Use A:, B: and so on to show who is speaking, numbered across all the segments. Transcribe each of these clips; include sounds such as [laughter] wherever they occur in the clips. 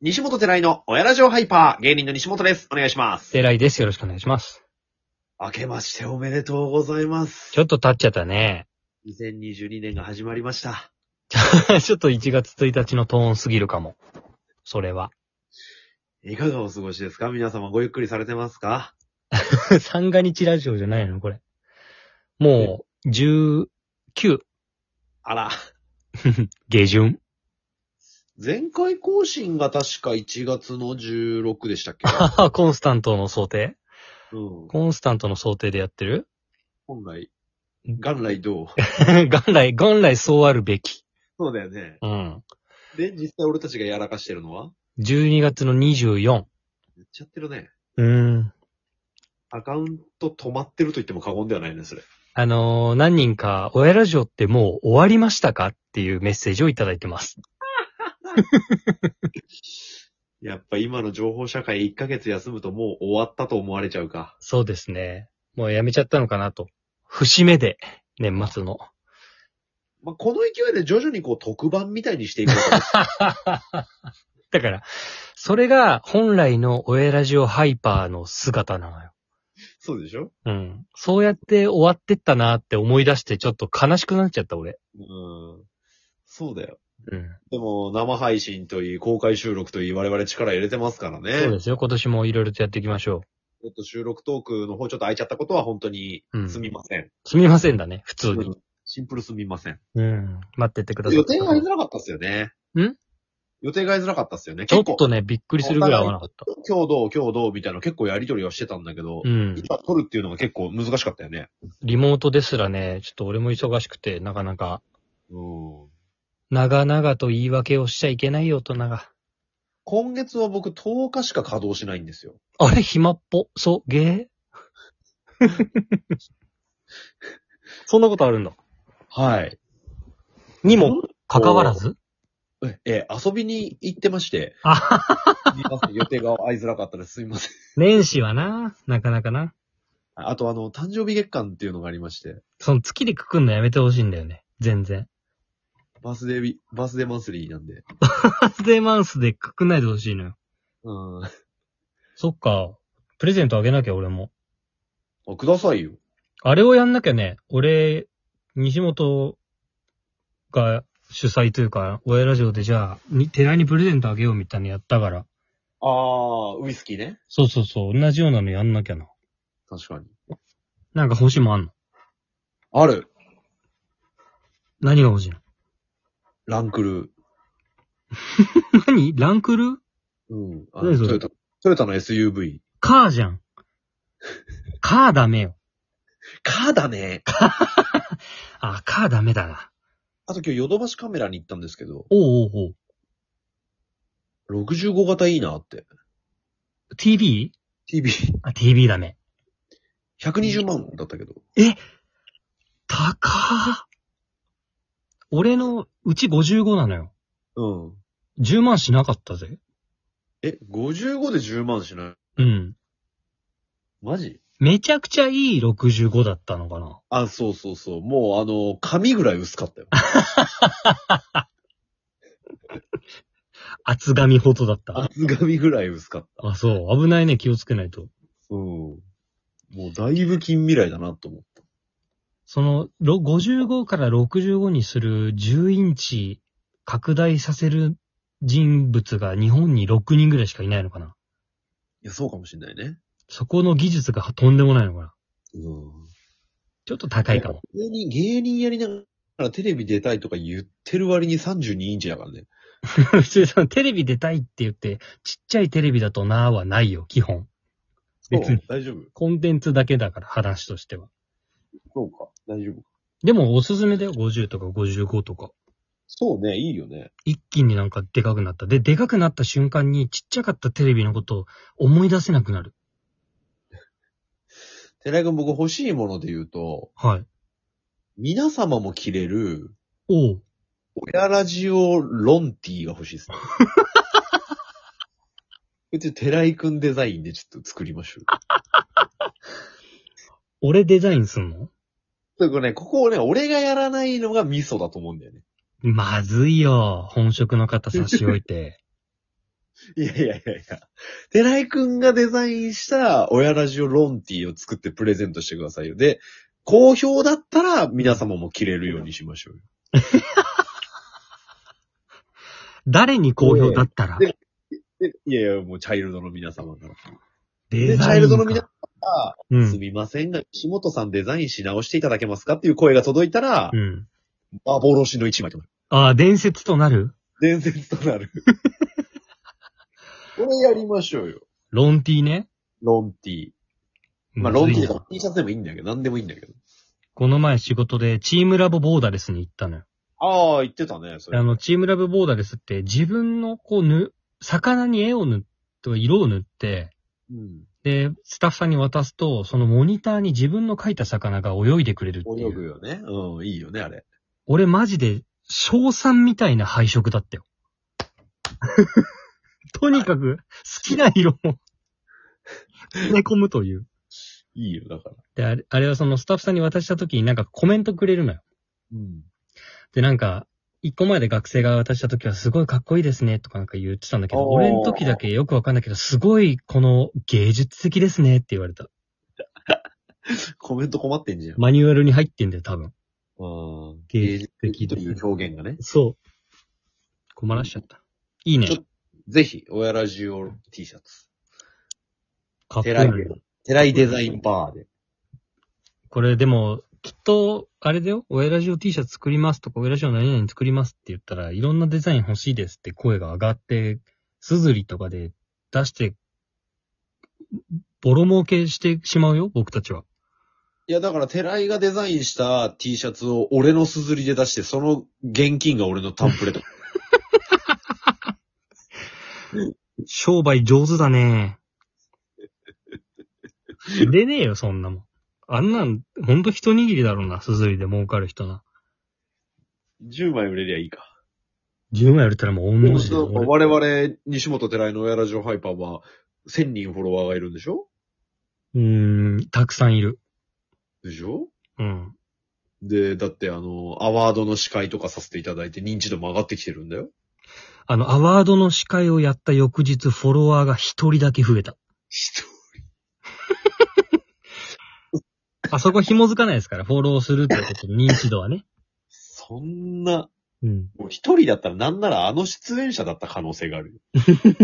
A: 西本寺井の親ラジオハイパー、芸人の西本です。お願いします。
B: デライです。よろしくお願いします。
A: 明けましておめでとうございます。
B: ちょっと経っちゃったね。 [laughs]
A: 2022年が始まりました。
B: ちょっと1月1日のトーンすぎるかも。それは。 [laughs]
A: いかがお過ごしですか皆様ごゆっくりされてますか
B: 三が日ラジオじゃないのこれ。もう、19、
A: あら、
B: 下旬。 [laughs]
A: 前回更新が確か1月の16でした
B: [laughs]
A: っけ
B: コンスタントの想定
A: うん。
B: コンスタントの想定でやってる [laughs]
A: 本来、元来どう
B: 元来、元来そうあるべき。
A: そうだよね。
B: うん。
A: で、実際俺たちがやらかしてるのは
B: 12月の24。
A: 言っちゃってるね。
B: うん。
A: アカウント止まってると言っても過言ではないね、それ。
B: あのー何人か、親ラジオってもう終わりましたかっていうメッセージをいただいてます。
A: やっぱ今の情報社会1ヶ月休むともう終わったと思われちゃうか。
B: そうですね。もうやめちゃったのかなと。節目で、年末の。
A: まあ、この勢いで徐々にこう特番みたいにしていこう
B: [laughs]
A: かな
B: だから、それが本来の親ラジオハイパーの姿なのよ。
A: そうでしょ
B: うん。そうやって終わってったなって思い出してちょっと悲しくなっちゃった俺。
A: うん。そうだよ。
B: うん。
A: でも、生配信といい、公開収録といい、我々力入れてますから
B: そう
A: ね。
B: ですよ。今年もいろいろとやっていきましょ
A: ちょっと収録トークの方ちょっと空いちゃったことは本当に
B: う。うん。
A: すみません。
B: すみませんだね。普通
A: う
B: に。
A: んシンプルすみません。
B: うん。待っててください。
A: 予定が合いづらかったっすよね。
B: ん
A: 予定が合いづらかったっすよね。
B: ちょっ
A: 結構
B: とね、びっくりするぐらい合わなかった。
A: 今日どう、今日どうみたいな結構やりとりはしてたんだけど、
B: うん。
A: 今撮るっていうのが結構難しかったよね。
B: リモートですらね、ちょっと俺も忙しくて、なかなか、
A: うん。
B: 長々と言い訳をしちゃいけないよ、大人が。
A: 今月は僕10日しか稼働しないんですよ。
B: あれ暇っぽそう、ゲー [laughs] そんなことあるんだ。
A: はい。
B: にも、かかわらず
A: え、え遊びに行ってまして、
B: あはは
A: すみません予定が合いづらかったです。すみません。
B: 年始はな、なかなかな。
A: あと、あの、誕生日月間っていうのがありまして、
B: その月でくくんのやめてほしいんだよね。全然。
A: バースデーウィ、バースデーマンスリーなんで。
B: バースデーマンスでくくんないでほしいのよ。
A: うん。
B: そっか。プレゼントあげなきゃ、俺も。
A: あ、くださいよ。
B: あれをやんなきゃね、俺、西本が主催というか、親ラジオでじゃあ、に寺にプレゼントあげようみたいなのやったから。
A: あー、ウイスキーね。
B: そうそうそう、同じようなのやんなきゃな。
A: 確かに。
B: なんか欲しいもんあんの
A: ある。
B: 何が欲しいの
A: ランクル。
B: 何ランクル
A: うん。あ
B: 何
A: の
B: そ
A: ト
B: れ
A: ヨタ、トヨタの SUV。
B: カーじゃん。カーダメよ。
A: カーだね。
B: あ、カーダメだな。
A: あと今日ヨドバシカメラに行ったんですけど、
B: おうおうおう。
A: 65型いいなって。
B: TV?
A: TV。
B: あ、TV ダメ。
A: 120万だったけど。
B: 高ー俺のうち55なのよ。
A: うん。
B: 10万しなかったぜ。
A: え、55で10万しない
B: うん。
A: マジ
B: めちゃくちゃいい65だったのかな。
A: あ、そうそうそう。もう、あの、髪ぐらい薄か [laughs] ったよ。
B: 厚紙ほどだった。
A: 厚髪ぐらい薄かった。
B: あ、そう。危ないね。気をつけないと。
A: うん。もう、だいぶ近未来だなと思った。
B: その、ろ55から65にする10インチ拡大させる人物が日本に6人ぐらいしかいないのかな。
A: いや、そうかもしんないね。
B: そこの技術がとんでもないのかな。
A: うん。
B: ちょっと高いかも。
A: 芸人、芸人やりながらテレビ出たいとか言ってる割に32インチだからね。
B: 普通そのテレビ出たいって言って、ちっちゃいテレビだとなーはないよ、基本。別に
A: そう大丈夫。
B: コンテンツだけだから、話としては。
A: そうか。大丈夫。
B: でもおすすめだよ、50とか55とか。
A: そうね、いいよね。
B: 一気になんかでかくなった。で、でかくなった瞬間にちっちゃかったテレビのことを思い出せなくなる。
A: 寺井君僕欲しいもので言うと、
B: はい。
A: 皆様も着れる、
B: おう。
A: 親ラジオロンティーが欲しい [laughs] ですね。別に寺井くんデザインでちょっと作りましょう。
B: 俺デザインすんの
A: だからね、ここをね、俺がやらないのがミソだと思うんだよね。 [laughs]
B: まずいよ。本職の方差し置いて。
A: いやいやいやいや。寺井くんがデザインした親ラジオロンティーを作ってプレゼントしてくださいよ。で、好評だったら皆様も着れるようにしましょうよ。
B: 誰に好評だったら
A: で。でいやいや、もうチャイルドの皆様から。
B: デ
A: で、チ
B: ザ
A: ャイ
B: イン
A: ルドの皆
B: か。
A: 様から、
B: う
A: す
B: ん。
A: みませんが、岸本さんデザインし直していただけますかっていう声が届いたら、
B: うん。
A: 幻の一枚となる。
B: ああ、伝説となる
A: 伝説と
B: [laughs]
A: なる。これやりましょうよ。
B: ロンティーね。
A: ロンティー。まあ、
B: む
A: ロン
B: ずい
A: ティ
B: な
A: ーとか T シャツでもいいんだけど、なんでもいいんだけど。
B: この前仕事でチームラボボーダレスに行ったのよ。
A: ああ、言ってたね、それ。
B: あの、チームラボボーダレスって自分のこうぬ、魚に絵を塗っとか色を塗って、
A: うん。
B: で、スタッフさんに渡すと、そのモニターに自分の描いた魚が泳いでくれるってい
A: 泳
B: う。
A: ぐよね。うん、いいよね、あれ。
B: 俺マジで、賞賛みたいな配色
A: [laughs]
B: だったよ。とにかく、好きな色
A: [laughs]
B: を、詰め込むという。
A: いいよ、だから。
B: で、あれあれはそのスタッフさんに渡した時になんかコメントくれるのよ。
A: うん。
B: で、なんか、一個前で学生が渡した時はすごいかっこいいですねとかなんか言ってたんだけど、
A: おー
B: 俺の時だけよくわかんないけど、すごいこの芸術的ですねって言われた。
A: コメント困ってんじゃん。
B: マニュアルに入ってんだよ、多分。
A: うん。芸
B: 芸術
A: 術
B: 的
A: 的
B: で
A: と
B: すね
A: いう表現がね。
B: そう。困らしちゃった。いいね
A: ちょ。っぜひ、親ラジオ T シャツ。
B: かっこいい
A: 寺井。寺井デザインバーで。
B: これでも、きっと、あれだよ、親ラジオ T シャツ作りますとか、親ラジオ何々作りますって言ったら、いろんなデザイン欲しいですって声が上がって、すずりとかで出して、ボロ儲けしてしまうよ、僕たちは。
A: いや、だから、寺井がデザインした T シャツを俺のすずりで出して、その現金が俺のタンプレとか。
B: 商売上手だ [laughs] ね。出ねえよ、そんなもん。あんなん、ほんと一握りだろうな、すずりで儲かる人な。
A: 10枚売れりゃいいか。
B: 10枚売れたらもう御の字だよ。俺
A: 我々、西本寺井の親ラジオハイパーは、1000人フォロワーがいるんでしょ
B: うーん、たくさんいる。
A: でしょ
B: うん。
A: で、だってあの、アワードの司会とかさせていただいて認知度も上がってきてるんだよ。
B: あの、アワードの司会をやった翌日、フォロワーが一人だけ増えた。
A: 一人
B: あそこ紐づかないですから、フォローするってこと、認知度はね。
A: そんな、
B: うん。
A: もう一人だったらなんならあの出演者だった可能性がある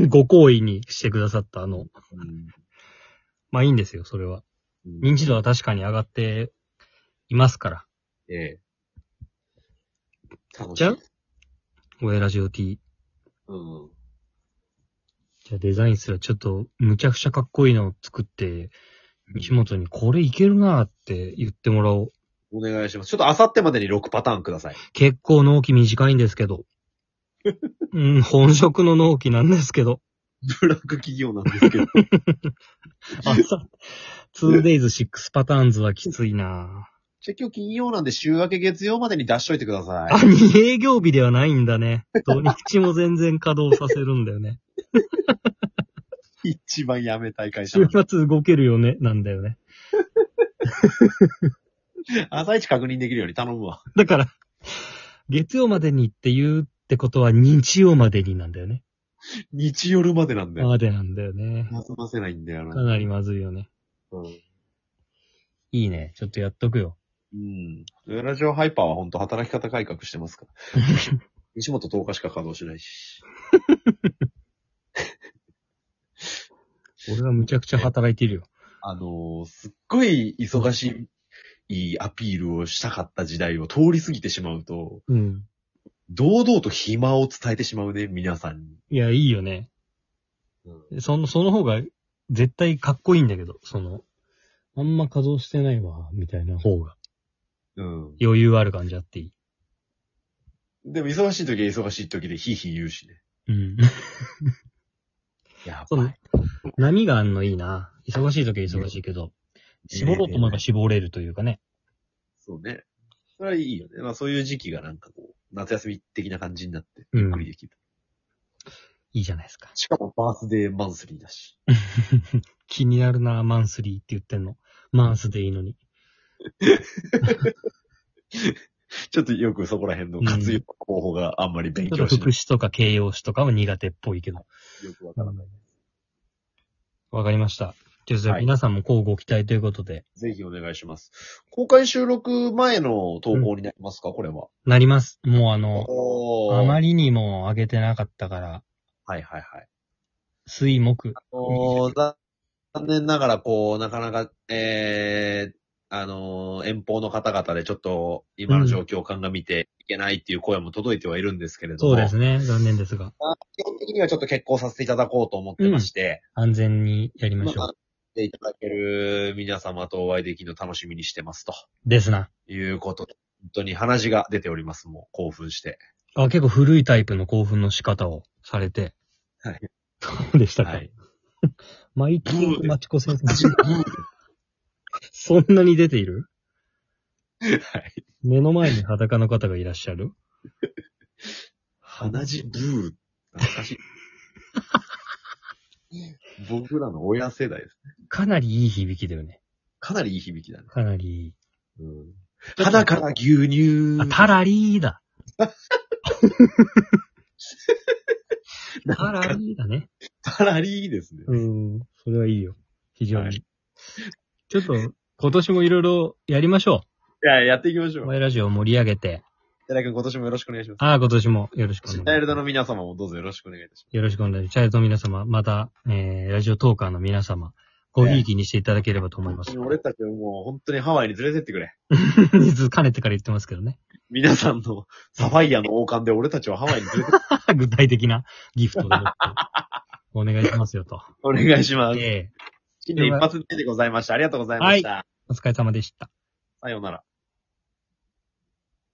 A: よ。
B: ご好意にしてくださった、あの、まあいいんですよ、それは。
A: うん
B: 認知度は確かに上がっていますから。
A: ええ。楽しい
B: じゃあ親ラジオ T。
A: うん。
B: じゃあデザインすらちょっと、むちゃくちゃかっこいいのを作って、西本にこれいけるなーって言ってもらおう。
A: お願いします。ちょっとあさってまでに6パターンください。
B: 結構納期短いんですけど。うん、本職の納期なんですけど。
A: ブラック企業なんです [laughs] けど。
B: 朝、2days6 パターンズはきついな
A: じゃあ今日金曜なんで週明け月曜までに出しといてくださ
B: ぁ
A: い。
B: あ、2営業日ではないんだね。土日も全然稼働させるんだよね。
A: 一番やめたい会社
B: 週。末動けるよね、なんだよね。
A: [laughs] 朝一確認できるように頼むわ。
B: だから、月曜までにって言うってことは日曜までになんだよね。
A: 日夜までなんだよ。
B: までなんだよね。
A: 休ませないんだよ
B: か
A: な。
B: なりまずいよね。
A: うん
B: いいね。ちょっとやっとくよ。
A: うん。ラジオハイパーは本当働き方改革してますから。
B: [laughs]
A: 西本10日しか稼働しないし。
B: 俺はむちゃくちゃ働いてるよ。
A: あのーすっごい忙しいアピールをしたかった時代を通り過ぎてしまうと、
B: うん。
A: 堂々と暇を伝えてしまうね、皆さんに。
B: いや、いいよね。その、その方が絶対かっこいいんだけど、その、あんま稼働してないわ、みたいな方が
A: うん。
B: 余裕ある感じあっていい。
A: でも忙しい時は忙しい時でヒーヒー言うしね。
B: うん。
A: や
B: そ
A: ば
B: の
A: い。
B: 波があんのいいな。忙しい時は忙しいけど、絞ろうと思えば絞れるというかね。
A: そうね。それはいいよね。まあそういう時期がなんかこう、夏休み的な感じになって、
B: う
A: ゆっくり
B: ん。
A: できる。
B: いいじゃないですか。
A: しかもバースデーマンスリーだし。
B: 気になるな、マンスリーって言ってんの。マンスでいいのに。
A: ちょっとよくそこら辺の活用方法があんまり勉
B: ち
A: 強
B: ょ
A: し
B: っと
A: ない。
B: 副詞とか形容詞とかは苦手っぽいけど。
A: よくわからない。
B: わかりました。じゃあじゃあ
A: はい
B: 皆さんもこうご期待ということで、
A: ぜひお願いします。公開収録前の投稿になりますか、これは。
B: なります。もうあの、
A: おー
B: あまりにも上げてなかったから、
A: はいはいはい。
B: 水木。
A: おーざ残念ながら、こう、なかなか、えー、あのー遠方の方々でちょっと今の状況を鑑みていけないっていう声も届いてはいるんですけれども、
B: そうですね。残念ですが。
A: 基本的にはちょっと結婚させていただこうと思ってまして、
B: 安全にやりましょ
A: ま
B: う
A: あ。でいただける皆様とお会いできるの楽しみにしてますと
B: ですな。
A: いうことで、本当に鼻血が出ております、もう興奮して。
B: あ、結構古いタイプの興奮の仕方をされて。
A: はい。
B: そうでしたか。
A: はい。
B: マイキ
A: そう
B: ー・
A: です
B: マチコ先生。そんなに出ている
A: はい
B: 目の前に裸の方がいらっしゃる
A: 鼻血ブー。懐かしい。 [laughs] 僕らの親世代です。
B: かなりいい響きだよね。
A: かなりいい響きだね。
B: かなりいい。
A: うん、鼻から牛乳
B: あ、。タラリーだ。タラリーだね。
A: たらりーですね。
B: うん。それはいいよ。非常に。
A: はい
B: ちょっと、今年もいろいろやりましょ
A: いや、やっていきましょ
B: う。
A: う。
B: ワイラジオを盛り上げて。
A: 寺井君今年もよろしくお願いします。
B: ああ、今年もよろしくお願い
A: チ
B: し
A: ャイル
B: ま
A: ド
B: す。
A: の皆様もどうぞよろしくお願いいたし
B: よろしくお願いします。チャイルドの皆様、また、えー、ラジオトーカーの皆様、ごひいきにしていただければと思いま。
A: ますす。俺たちはもう本当にハワイに連れてってくれ。
B: [laughs] ずっとかねてから言ってますけどね。 [laughs]
A: 皆さんのサファイアの王冠で俺たちをハワイに連れてって
B: 具体的なギフトでもってお願いします
A: [laughs]
B: よと。
A: お願いし [laughs] ます。
B: ええ
A: 新年一発目でございました。ありがとうございました。
B: お疲れ様でした。
A: さようなら。